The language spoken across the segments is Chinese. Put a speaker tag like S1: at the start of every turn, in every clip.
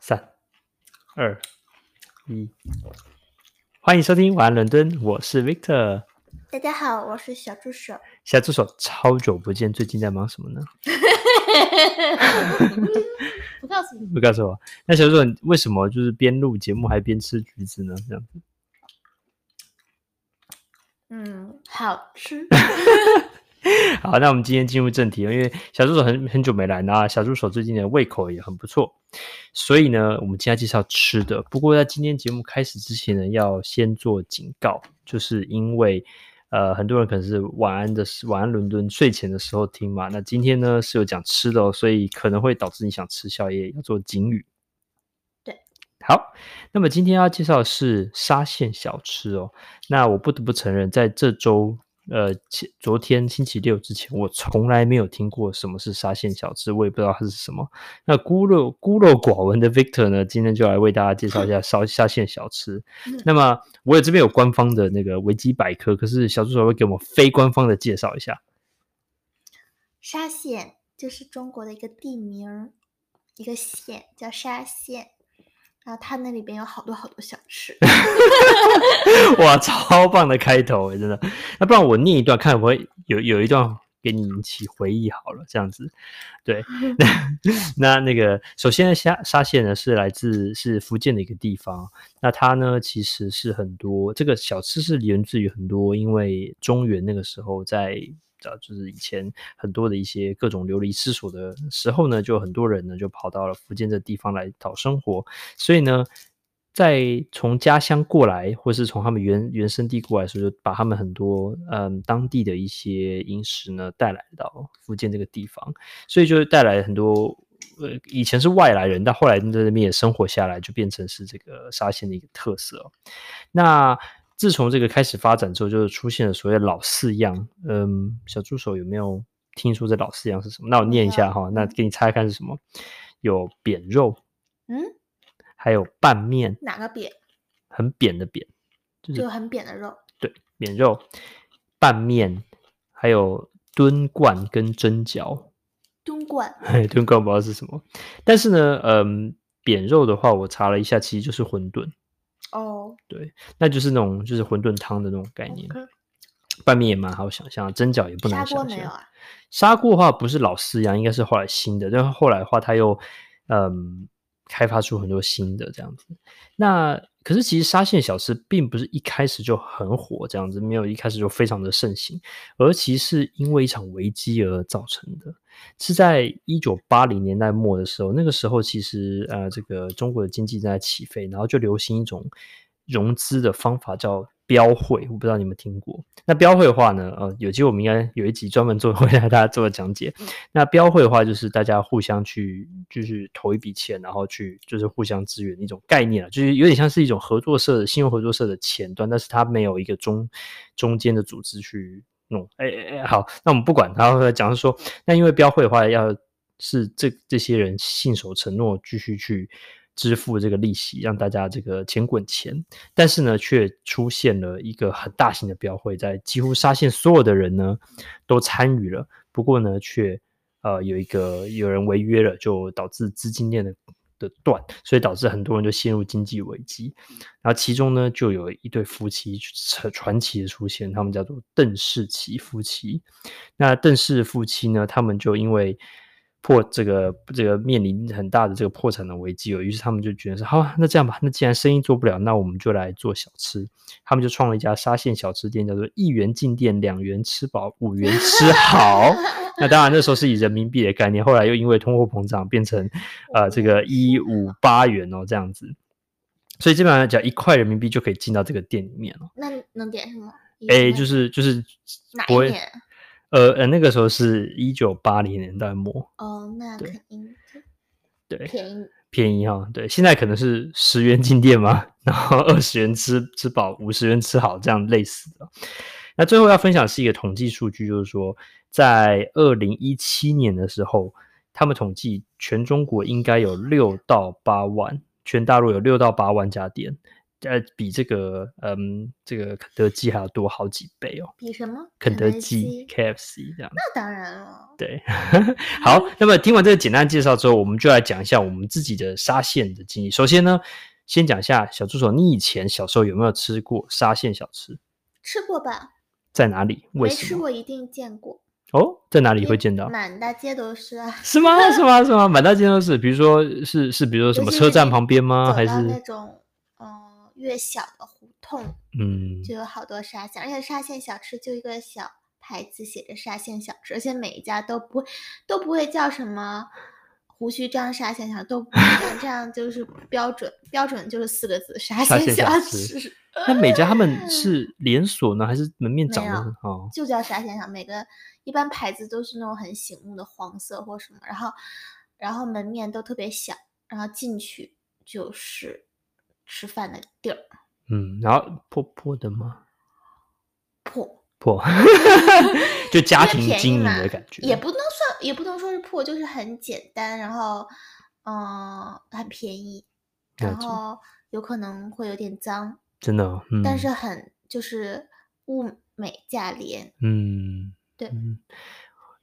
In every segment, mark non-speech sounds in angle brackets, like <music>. S1: 三、二、一，欢迎收听《晚安伦敦》，我是 Victor。
S2: 大家好，我是小助手。
S1: 小助手，超久不见，最近在忙什么呢？
S2: 不告诉你，
S1: 不告诉我。那小助手，你为什么就是边录节目还边吃橘子呢？这样子，
S2: 嗯，
S1: <laughs>
S2: 好吃。
S1: 好，那我们今天进入正题了，因为小助手很很久没来，那小助手最近的胃口也很不错，所以呢，我们今天要介绍吃的。不过在今天节目开始之前呢，要先做警告，就是因为呃，很多人可能是晚安的时晚安伦敦睡前的时候听嘛，那今天呢是有讲吃的哦，所以可能会导致你想吃宵夜，要做警语。
S2: 对，
S1: 好，那么今天要介绍的是沙县小吃哦。那我不得不承认，在这周，呃，前昨天星期六之前，我从来没有听过什么是沙县小吃，我也不知道它是什么。那孤陋孤陋寡闻的 Victor 呢，今天就来为大家介绍一下沙沙县小吃。那么我也这边有官方的那个维基百科，可是小助手会给我们非官方的介绍一下。
S2: 沙县就是中国的一个地名儿，一个县叫沙县，然后它那里边有好多好多小
S1: <laughs>
S2: 吃。
S1: 哇，超棒的开头欸，真的。那不然我念一段，看会不会有有一段给你引起回忆好了，这样子。对，那那个首先呢，沙沙县呢是来自是福建的一个地方，那它呢其实是很多这个小吃是源自于很多，因为中原那个时候在。啊，就是以前很多的一些各种流离失所的时候呢，就很多人呢就跑到了福建这地方来讨生活，所以呢，在从家乡过来，或是从他们原原生地过来的时候，就把他们很多嗯当地的一些饮食呢带来到福建这个地方，所以就带来很多。呃，以前是外来人，但后来在那边也生活下来，就变成是这个沙县的一个特色哦、那自从这个开始发展之后，就是出现了所谓的老四样。嗯，小助手有没有听说这老四样是什么？那我
S2: 没
S1: 念一
S2: 有
S1: 下哈，那给你猜看是什么？有扁肉，
S2: 嗯，
S1: 还有拌面，
S2: 哪个扁？
S1: 很扁的扁，就是
S2: 就很扁的肉。
S1: 对，扁肉、拌面，还有炖罐跟蒸饺。
S2: 东莞
S1: 炖罐不知道是什么，但是呢，嗯，扁肉的话，我查了一下，其实就是馄饨，
S2: 哦，
S1: 那就是那种就是馄饨汤的那种概念。
S2: OK
S1: 拌面也蛮好想象，蒸饺也哎不
S2: 哦砂
S1: 难
S2: 锅
S1: 想
S2: 没有
S1: 象。
S2: 啊？
S1: 砂锅的话不是老四样，应该是后来新的，但是后来的话，它又嗯开发出很多新的这样子。那可是其实沙县小吃并不是一开始就很火，这样子没有一开始就非常的盛行，而其是因为一场危机而造成的。是在一九八零年代末的时候，那个时候其实呃，这个中国的经济正在起飞，然后就流行一种融资的方法叫标会，我不知道你们听过。那标会的话呢，呃，有机会我们应该有一集专门做 <laughs> 为大家做讲解。那标会的话，就是大家互相去就是投一笔钱，然后去就是互相支援的一种概念啊，就是有点像是一种合作社的信用合作社的前端，但是它没有一个中中间的组织去弄。哎哎哎，好，那我们不管它，然后讲是说，那因为标会的话，要是这这些人信守承诺，继续去支付这个利息，让大家这个钱滚钱。但是呢，却出现了一个很大型的标会，在几乎沙县所有的人呢都参与了。不过呢，却呃有一个有人违约了，就导致资金链的的断，所以导致很多人就陷入经济危机。然后其中呢，就有一对夫妻传传奇的出现，他们叫做邓氏奇夫妻。那邓氏夫妻呢，他们就因为破这个这个面临很大的这个破产的危机哦，于是他们就觉得说，好，那这样吧，那既然生意做不了，那我们就来做小吃。他们就创了一家沙县小吃店，叫做一元进店，两元吃饱，五元吃
S2: <laughs>
S1: 好。那当然，那时候是以人民币的概念，后来又因为通货膨胀变成呃这个一五八元哦这样子，所以基本上讲一块人民币就可以进到这个店里面了。
S2: 那能点什么？
S1: 哎，就是就是
S2: 哪
S1: 不
S2: 一
S1: 会，
S2: 年？
S1: 呃呃，那个时候是一九八零年代末，
S2: 哦，那
S1: 对
S2: 肯定
S1: 对，
S2: 便宜。
S1: 便宜哈、对，现在可能是十元进店嘛， <laughs> 然后二十元吃吃饱，五十元吃好，这样类似的。那最后要分享的是一个统计数据，就是说，在二零一七年的时候，他们统计全中国应该有六到八万，全大陆有六到八万家店，呃，比这个嗯，这个肯德基还要多好几倍哦。
S2: 比什么？
S1: 肯
S2: 德
S1: 德基、KFC 这样子。
S2: 那当然了，
S1: 对，好，那么听完这个简单介绍之后，我们就来讲一下我们自己的沙县的经历。首先呢，先讲一下小助手，你以前小时候有没有吃过沙县小吃？
S2: 吃过吧？
S1: 在哪里？为
S2: 没
S1: 什
S2: 吃
S1: 么？
S2: 过一定见过。
S1: 哦，在哪里
S2: 因
S1: 会见到？
S2: 满大街都是啊。
S1: 是吗？是吗？是吗？满大街都是，比如说是是，比如说什么
S2: 尤其
S1: 车
S2: 是
S1: 站
S2: 你
S1: 旁边吗？
S2: 走
S1: 啊还
S2: 到那
S1: 是
S2: 种嗯越小的胡同，
S1: 嗯
S2: 就有好多沙县，而且沙县小吃就一个小牌子写着沙县小吃，而且每一家都不都不会叫什么胡须张沙县小吃，都不会叫这样就是标准标准就是四个字沙
S1: 沙
S2: 县
S1: 县小吃
S2: 吃，
S1: 那每家他们是连锁呢，还是门面长
S2: 没有
S1: 的？哦，
S2: <laughs> 就叫沙县小，每个一般牌子都是那种很醒目的黄色或什么，然后然后门面都特别小，然后进去就是吃饭的地儿。
S1: 嗯，然后破破的吗？
S2: 破，
S1: <laughs> 破，就家
S2: 因为
S1: 庭
S2: 便宜
S1: 经营
S2: 嘛
S1: 的感觉，
S2: 也不能算，也不能说是破，就是很简单，然后嗯、很便宜，
S1: 了
S2: 然
S1: 解
S2: 后有可能会有点脏，
S1: 真的哦，嗯，
S2: 但是很就是物美价廉，
S1: 嗯，
S2: 对
S1: 嗯，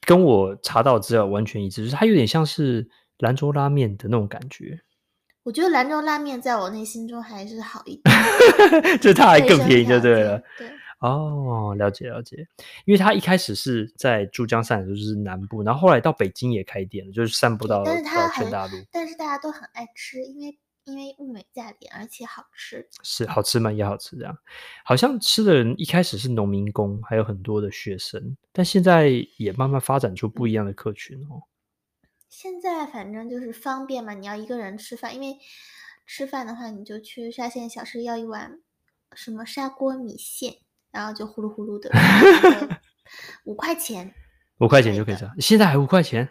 S1: 跟我查到资料完全一致，就是它有点像是兰州拉面的那种感觉， <laughs>
S2: 我觉得兰州拉面在我内心中还是好一点，
S1: 就它 <laughs> 还
S2: 卫
S1: 更
S2: 生
S1: 便宜就
S2: 条
S1: 对
S2: 件
S1: 了。
S2: 对，
S1: 哦，了解了解，因为它一开始是在珠江上，也就是南部，然后后来到北京也开店了，就是散布到
S2: 但是
S1: 到
S2: 它
S1: 全
S2: 很
S1: 大陆。，
S2: 但是大家都很爱吃，因为因为物美价廉，而且好吃。
S1: 是好吃吗？也好吃，这样好像吃的人一开始是农民工，还有很多的学生，但现在也慢慢发展出
S2: 嗯
S1: 不一样的客群哦。
S2: 现在反正就是方便嘛，你要一个人吃饭，因为吃饭的话，你就去沙县小吃要一碗什么砂锅米线，然后就呼噜
S1: <laughs>
S2: 呼噜的五块钱，
S1: 五块钱就可以
S2: 对
S1: 吃，现在还五块钱，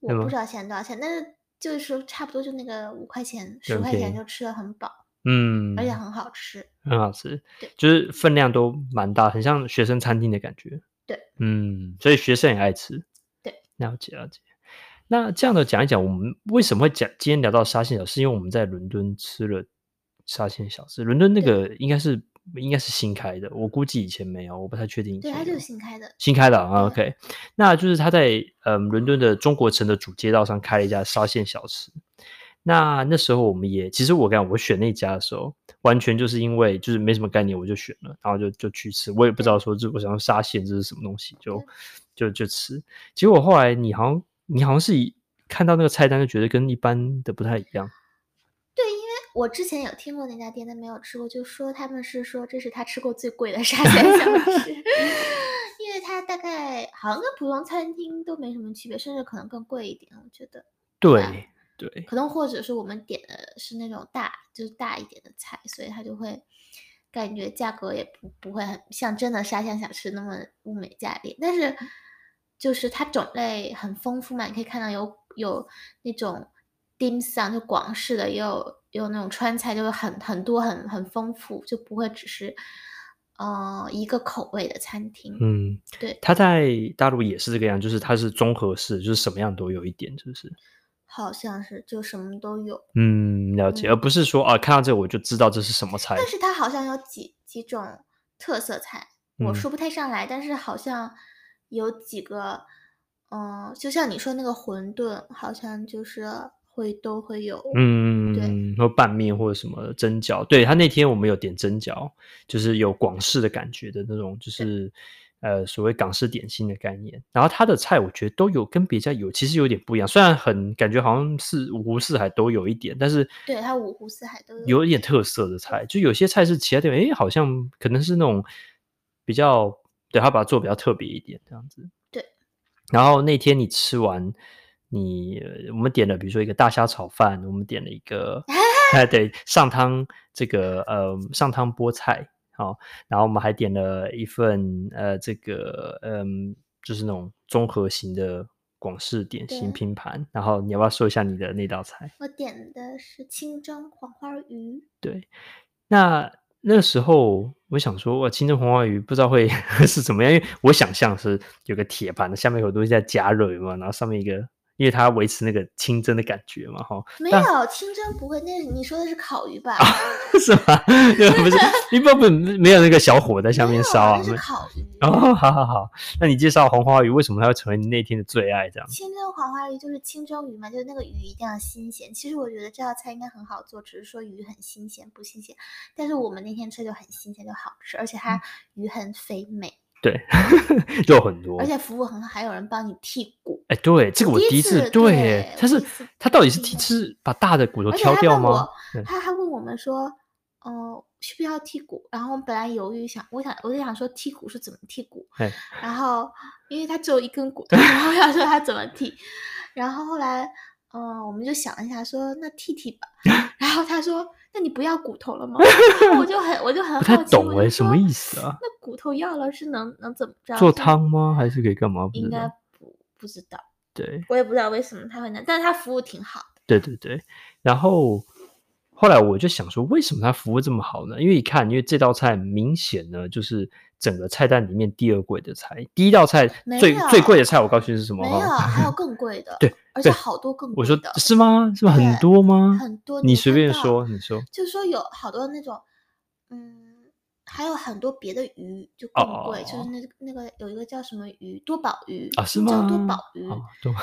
S2: 我
S1: 对吗
S2: 不知道现在多少钱，但是就是说差不多就那个五块钱、十
S1: 很
S2: 块
S1: 便
S2: 钱
S1: 宜
S2: 就吃的很饱，
S1: 嗯，
S2: 而且很好吃。
S1: 很好吃
S2: 对，
S1: 就是分量都蛮大，很像学生餐厅的感觉。
S2: 对，
S1: 嗯，所以学生也爱吃。
S2: 对，
S1: 了解了解。那这样的讲一讲，我们为什么会讲今天聊到沙县小吃？因为我们在伦敦吃了沙县小吃，伦敦那
S2: 对
S1: 个应该是应该是新开的，我估计以前没有，我不太确定以前
S2: 对，
S1: 有没
S2: 它
S1: 有。
S2: 就是新开的，
S1: 新开的啊
S2: 对
S1: ，OK，那就是他在嗯伦敦的中国城的主街道上开了一家沙县小吃。那那时候我们也，其实我讲我选那家的时候，完全就是因为就是没什么概念，我就选了，然后就就去吃，我也不知道说这我想要沙县这是什么东西，就就就吃。结果后来你好像你好像是以看到那个菜单就觉得跟一般的不太一样，
S2: 我之前有听过那家店，但没有吃过，就说他们是说这是他吃过最贵的 <laughs> 沙县小吃， <laughs> 因为它大概好像跟普通餐厅都没什么区别，甚至可能更贵一点。我觉得，
S1: 对对，
S2: 可能或者是我们点的是那种大，就是大一点的菜，所以它就会感觉价格也不不会很像真的沙县小吃那么物美价廉，但是就是它种类很丰富嘛，你可以看到有有那种 dim sum 就广式的，也有也有那种川菜，就是很很多很很丰富，就不会只是呃一个口味的餐厅。
S1: 嗯，
S2: 对，
S1: 他在大陆也是这个样，就是它是综合式，就是什么样都有一点，是不是？
S2: 好像是就什么都有。
S1: 嗯，了解，
S2: 嗯
S1: 而不是说啊，看到这个我就知道这是什么菜。
S2: 但是它好像有几几种特色菜，
S1: 嗯
S2: 我说不太上来，但是好像有几个，嗯、就像你说那个馄饨，好像就是会都会有，，
S1: 嗯，或拌面或者什么蒸饺。对他那天我们有点蒸饺，就是有广式的感觉的那种，就是呃所谓港式点心的概念。然后他的菜我觉得都有跟别家有其实有点不一样，虽然很感觉好像是五湖四海都有一点，但是
S2: 对，它五湖四海都有
S1: 有一点特色的菜，就有些菜是其他地方哎好像可能是那种比较对他把它做比较特别一点这样子。
S2: 对。
S1: 然后那天你吃完，你呃我们点了比如说一个大虾炒饭，我们点了一
S2: <laughs>
S1: 个哎对上汤这个呃上汤菠菜。好、然后我们还点了一份呃，这个嗯、就是那种综合型的广式点心
S2: 对
S1: 拼盘。然后你要不要说一下你的那道菜？
S2: 我点的是清蒸黄花鱼，
S1: 对，那那时候我想说，哇，清蒸黄花鱼不知道会 <laughs> 是怎么样，因为我想象是有个铁盘，下面有东西在加热，有没有？然后上面一个因为它维持那个清蒸的感觉嘛，哈， <laughs>
S2: 没
S1: 但啊
S2: 有清蒸不会，那你说的是烤鱼吧？
S1: 是吧？ <laughs> 对不是，你不不没有那个小火在下
S2: 没
S1: 面
S2: 有
S1: 烧啊
S2: 那？是烤鱼。
S1: 哦，好好好，那你介绍红花鱼为什么它会成为你那天的最爱？这样
S2: 清蒸黄花鱼就是清蒸鱼嘛，就是那个鱼一定要新鲜。其实我觉得这道菜应该很好做，只是说鱼很新鲜不新鲜。但是我们那天吃就很新鲜，就好吃，而且它鱼很肥美，
S1: 对，肉很多
S2: 而。且服务很好，还有人帮你剔骨。
S1: 哎，对，这个我
S2: 第一
S1: 第一
S2: 次
S1: 次，
S2: 对
S1: 对，
S2: 我
S1: 它是
S2: 第一次
S1: 它到底是剔
S2: 听到
S1: 是把大的骨头
S2: 而且
S1: 挑
S2: 他
S1: 掉
S2: 问
S1: 吗
S2: 我？
S1: 对
S2: 他还问我们说，呃，需不需要剔骨？然后我们本来犹豫想，我想我就想说剔骨是怎么剔骨
S1: 哎，
S2: 然后因为它只有一根骨头，然后我想说它怎么剔，然后后来，嗯、我们就想了一下说，那剔剔吧。 <laughs> 然后他说，那你不要骨头了吗？ <laughs> 然后我就很我就很
S1: 不太
S2: 好奇，
S1: 懂
S2: 我
S1: 哎
S2: 就
S1: 什么
S2: 说
S1: 意思啊
S2: 那骨头要了是能能怎么着？
S1: 做
S2: 是
S1: 汤吗？还是可以干嘛？不知
S2: 应该
S1: 道。
S2: 不不知道，
S1: 对
S2: 我也不知道为什么他会那，但是他服务挺好的。
S1: 对对对，然后后来我就想说，为什么它服务这么好呢？因为一看，因为这道菜明显呢就是整个菜单里面第二贵的菜，第一道菜
S2: 没
S1: 最
S2: 有
S1: 最贵的菜，我告诉你是什么
S2: 没
S1: 哈？
S2: 有，还有更贵的，
S1: 对，
S2: 而且
S1: 对
S2: 好多更
S1: <laughs> 我
S2: 贵
S1: 说
S2: 的，
S1: 是吗？是吗？很
S2: 对
S1: 多吗？
S2: 很多
S1: 你
S2: 没
S1: 随
S2: 看
S1: 便
S2: 到
S1: 说，你说
S2: 就是说有好多那种，嗯，还有很多别的鱼就
S1: 哦
S2: 更贵，就
S1: 哦
S2: 是那个那个有一个叫什么鱼，多宝鱼
S1: 啊？是
S2: 新疆
S1: 吗？
S2: 多宝鱼，
S1: 哦， <laughs> 多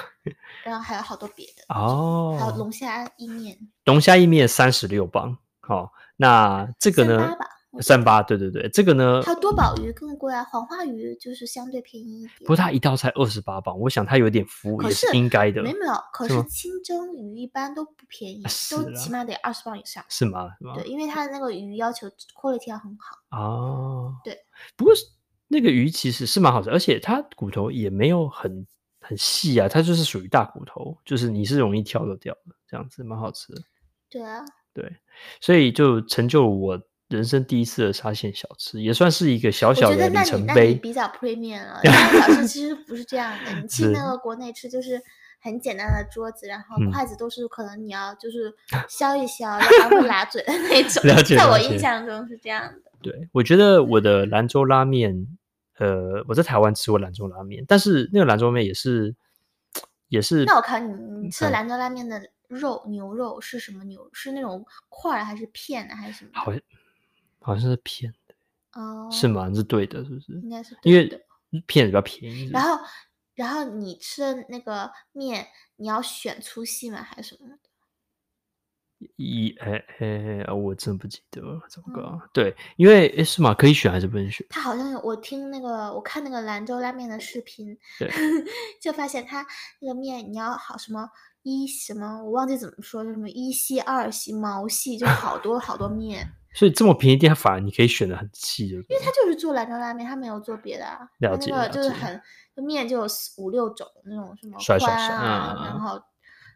S2: 然后还有嗯好多别的，还有
S1: 哦，
S2: 龙虾意面，
S1: 龙虾意面三十六磅，好、那这个
S2: 三
S1: 呢呃
S2: 八？吧，我记
S1: 三
S2: 得
S1: 八，对对对，这个呢，
S2: 还有多宝鱼更贵啊，黄花鱼就是相对便宜一点。
S1: 不过它一道菜二十八磅，我想它有点服务
S2: 可
S1: 也
S2: 是
S1: 应该的，
S2: 没有没有，可
S1: 是
S2: 是
S1: 吗
S2: 清蒸鱼一般都不便宜，
S1: 是
S2: 都
S1: 啊
S2: 起码得二十磅以上。
S1: 是吗？是吗？
S2: 对，因为它的那个鱼要求 quality 要很好。
S1: 哦，
S2: 对，
S1: 不过是那个鱼其实是蛮好吃，而且它骨头也没有很很细啊，它就是属于大骨头，就是你是容易挑得掉的，这样子蛮好吃的。
S2: 对啊，
S1: 所以就成就了我人生第一次的沙县小吃，也算是一个小小
S2: 我觉
S1: 的
S2: 得那
S1: 里
S2: 你
S1: 程
S2: 那你
S1: 碑。
S2: 比较 premium
S1: <laughs>
S2: 了，因为小吃其实不是这样的。你去
S1: 是
S2: 那个国内吃就是很简单的桌子，然后
S1: 嗯
S2: 筷子都是可能你要就是
S1: <laughs>
S2: 削一削，然后会拉嘴的那种。
S1: 了解
S2: 在
S1: 了
S2: 我
S1: 解
S2: 印象中是这样的。
S1: 对，我觉得
S2: 嗯
S1: 我的兰州拉面，呃，我在台湾吃过兰州拉面，但是那个兰州面也是也是
S2: 那我考你，你吃的
S1: 嗯
S2: 兰州拉面的肉牛肉是什么牛？是那种块儿还是片的还是什么的？
S1: 好像好像是骗的，
S2: 哦，
S1: 是？吗？你是对的，是不是？
S2: 应该是
S1: 因
S2: 对的
S1: 为嗯骗比较便宜是不是，
S2: 然后，然后你吃的那个面，你要选粗细吗？还是什么？
S1: 一哎哎，哎我真不记得了，糟
S2: 嗯
S1: 糕。啊对，因为哎是吗？可以选还是不能选？
S2: 他好像有，我听那个，我看那个兰州拉面的视频
S1: 对，
S2: <laughs> 就发现他那个面你要好什么一什么，我忘记怎么说，就什么一细、二细、毛细，就好多好多面。
S1: 所以这么便宜的店，反而你可以选的很细，对不对
S2: 他就是做兰州拉面，他没有做别的啊。他
S1: 了解
S2: 那个
S1: 了
S2: 就是
S1: 解
S2: 很就面就有四五六种那种什么
S1: 甩
S2: 宽
S1: 甩甩
S2: 啊，
S1: 啊
S2: 然后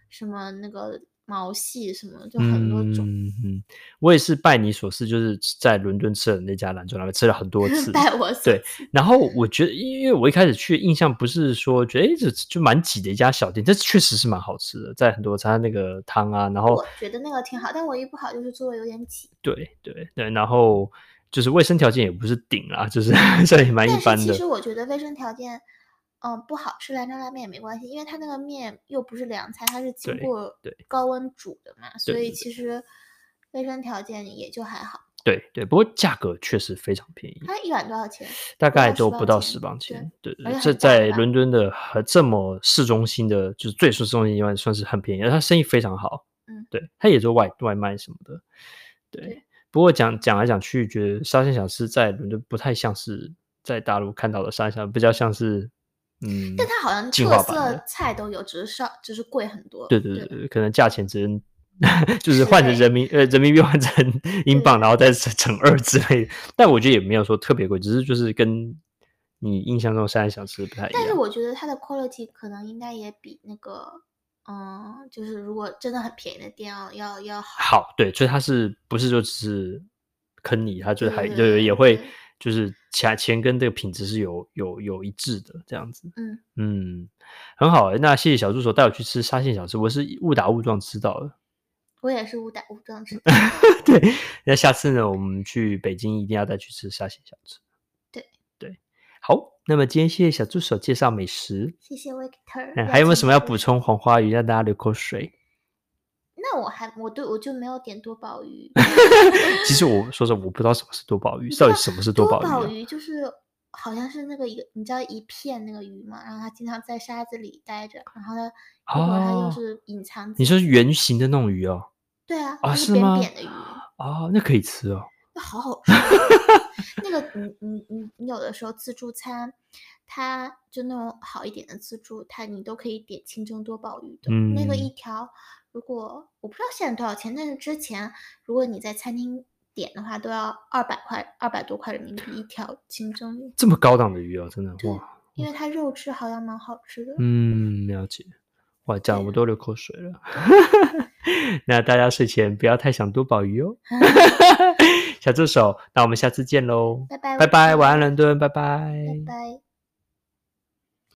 S2: 什么那个毛细什么，就很多种。
S1: 嗯嗯，我也是拜你所赐，就是在伦敦吃的那家兰州拉面，吃了很多
S2: <laughs>
S1: 次。
S2: 拜我所
S1: 嗯对然后我觉得，因为我一开始去印象不是说觉得哎这就蛮挤的一家小店，这确实是蛮好吃的，在很多餐那个汤啊，然后
S2: 我觉得那个挺好，但唯一不好就是座位有点挤。
S1: 对对对，然后就是卫生条件也不是顶啦，就是 <laughs> 算也蛮一
S2: 但
S1: 般
S2: 是其
S1: 的。
S2: 实我觉得卫生条件，嗯，不好吃兰州拉面也没关系，因为它那个面又不是凉菜，它是经
S1: 对
S2: 过
S1: 对
S2: 高温煮的嘛，所
S1: 对
S2: 以
S1: 对
S2: 其实卫生条件也就还好。
S1: 对对，不过价格确实非常便宜，
S2: 它一碗多少钱？
S1: 大概
S2: 10
S1: 都
S2: 磅
S1: 不到
S2: 钱
S1: 十磅
S2: 对
S1: 钱。对
S2: 而
S1: 对
S2: 且，
S1: 这
S2: 很大
S1: 在
S2: 吧
S1: 伦敦的和这么市中心的，就是最市中心地方算是很便宜，而他生意非常好。
S2: 嗯，
S1: 对，他也做外外卖什么的。对，
S2: 对
S1: 不过讲讲来讲去，觉得沙县小吃在伦敦不太像是在大陆看到的沙县小吃，比较像是嗯，
S2: 但它好像
S1: 进
S2: 特
S1: 化版
S2: 色
S1: 的
S2: 菜都有，只是少，只是贵很多。
S1: 对对对
S2: 吧
S1: 对，可能价钱只能就是
S2: 十
S1: 换成
S2: 倍
S1: 人民呃人民币换成英镑，
S2: 对
S1: 然后再乘乘二之类的。但我觉得也没有说特别贵，只是就是跟你印象中的山小吃不太一
S2: 但是
S1: 样。
S2: 我觉得它的 quality 可能应该也比那个，嗯，就是如果真的很便宜的店要要要好。
S1: 好，对，所以它是不是就只是坑你，它就
S2: 对
S1: 还
S2: 对
S1: 对
S2: 对
S1: 也会
S2: 对
S1: 就是钱钱跟这个品质是有有有一致的这样子。
S2: 嗯
S1: 嗯，很好、欸，那谢谢小助手带我去吃沙县小吃，我是误打误撞吃到的。
S2: 我也是误打误撞吃到的。
S1: <laughs> 对，那下次呢，我们去北京一定要再去吃沙县小吃。
S2: 对
S1: 对，好，那么今天谢谢小助手介绍美食。
S2: 谢谢 Victor、
S1: 嗯，还有没有什么要
S2: 补？
S1: 补充？黄花鱼让大家流口水。
S2: 那我还我对我就没有点多宝
S1: <laughs>
S2: 鱼，
S1: 其实我说实话，我不知道什么是多宝鱼，
S2: 你知
S1: 到底
S2: 道
S1: 什么是
S2: 多
S1: 宝鱼、
S2: 宝
S1: 啊？
S2: 鱼就是好像是那个一个你知道一片那个鱼嘛，然后它经常在沙子里待着，然后它一会儿它
S1: 哦
S2: 又是隐藏自
S1: 你
S2: 己。
S1: 说是圆形的那种鱼哦？
S2: 对啊，
S1: 啊、
S2: 就是扁
S1: 吗？
S2: 扁的鱼，
S1: 哦，那可以吃哦。
S2: 那好好吃。 <laughs> 那个你你你你有的时候自助餐，它就那种好一点的自助，它你都可以点清蒸多宝鱼的，那个一
S1: 嗯
S2: 条，如果我不知道现在多少钱，但是之前如果你在餐厅点的话，都要二百块二百多块人民币一条清蒸鱼。
S1: 这么高档的鱼哦，真的
S2: 对
S1: 哇，
S2: 因为它肉质好像蛮好吃的。
S1: 嗯，了解。哇，讲得
S2: 对啊
S1: 我都流口水了。 <laughs> 那大家睡前不要太想多宝鱼哦。
S2: <laughs>
S1: <laughs> 小助手，那我们下次见喽，
S2: 拜拜，
S1: 拜拜，晚安，
S2: 了，
S1: 伦敦，拜
S2: 拜
S1: 拜
S2: 拜。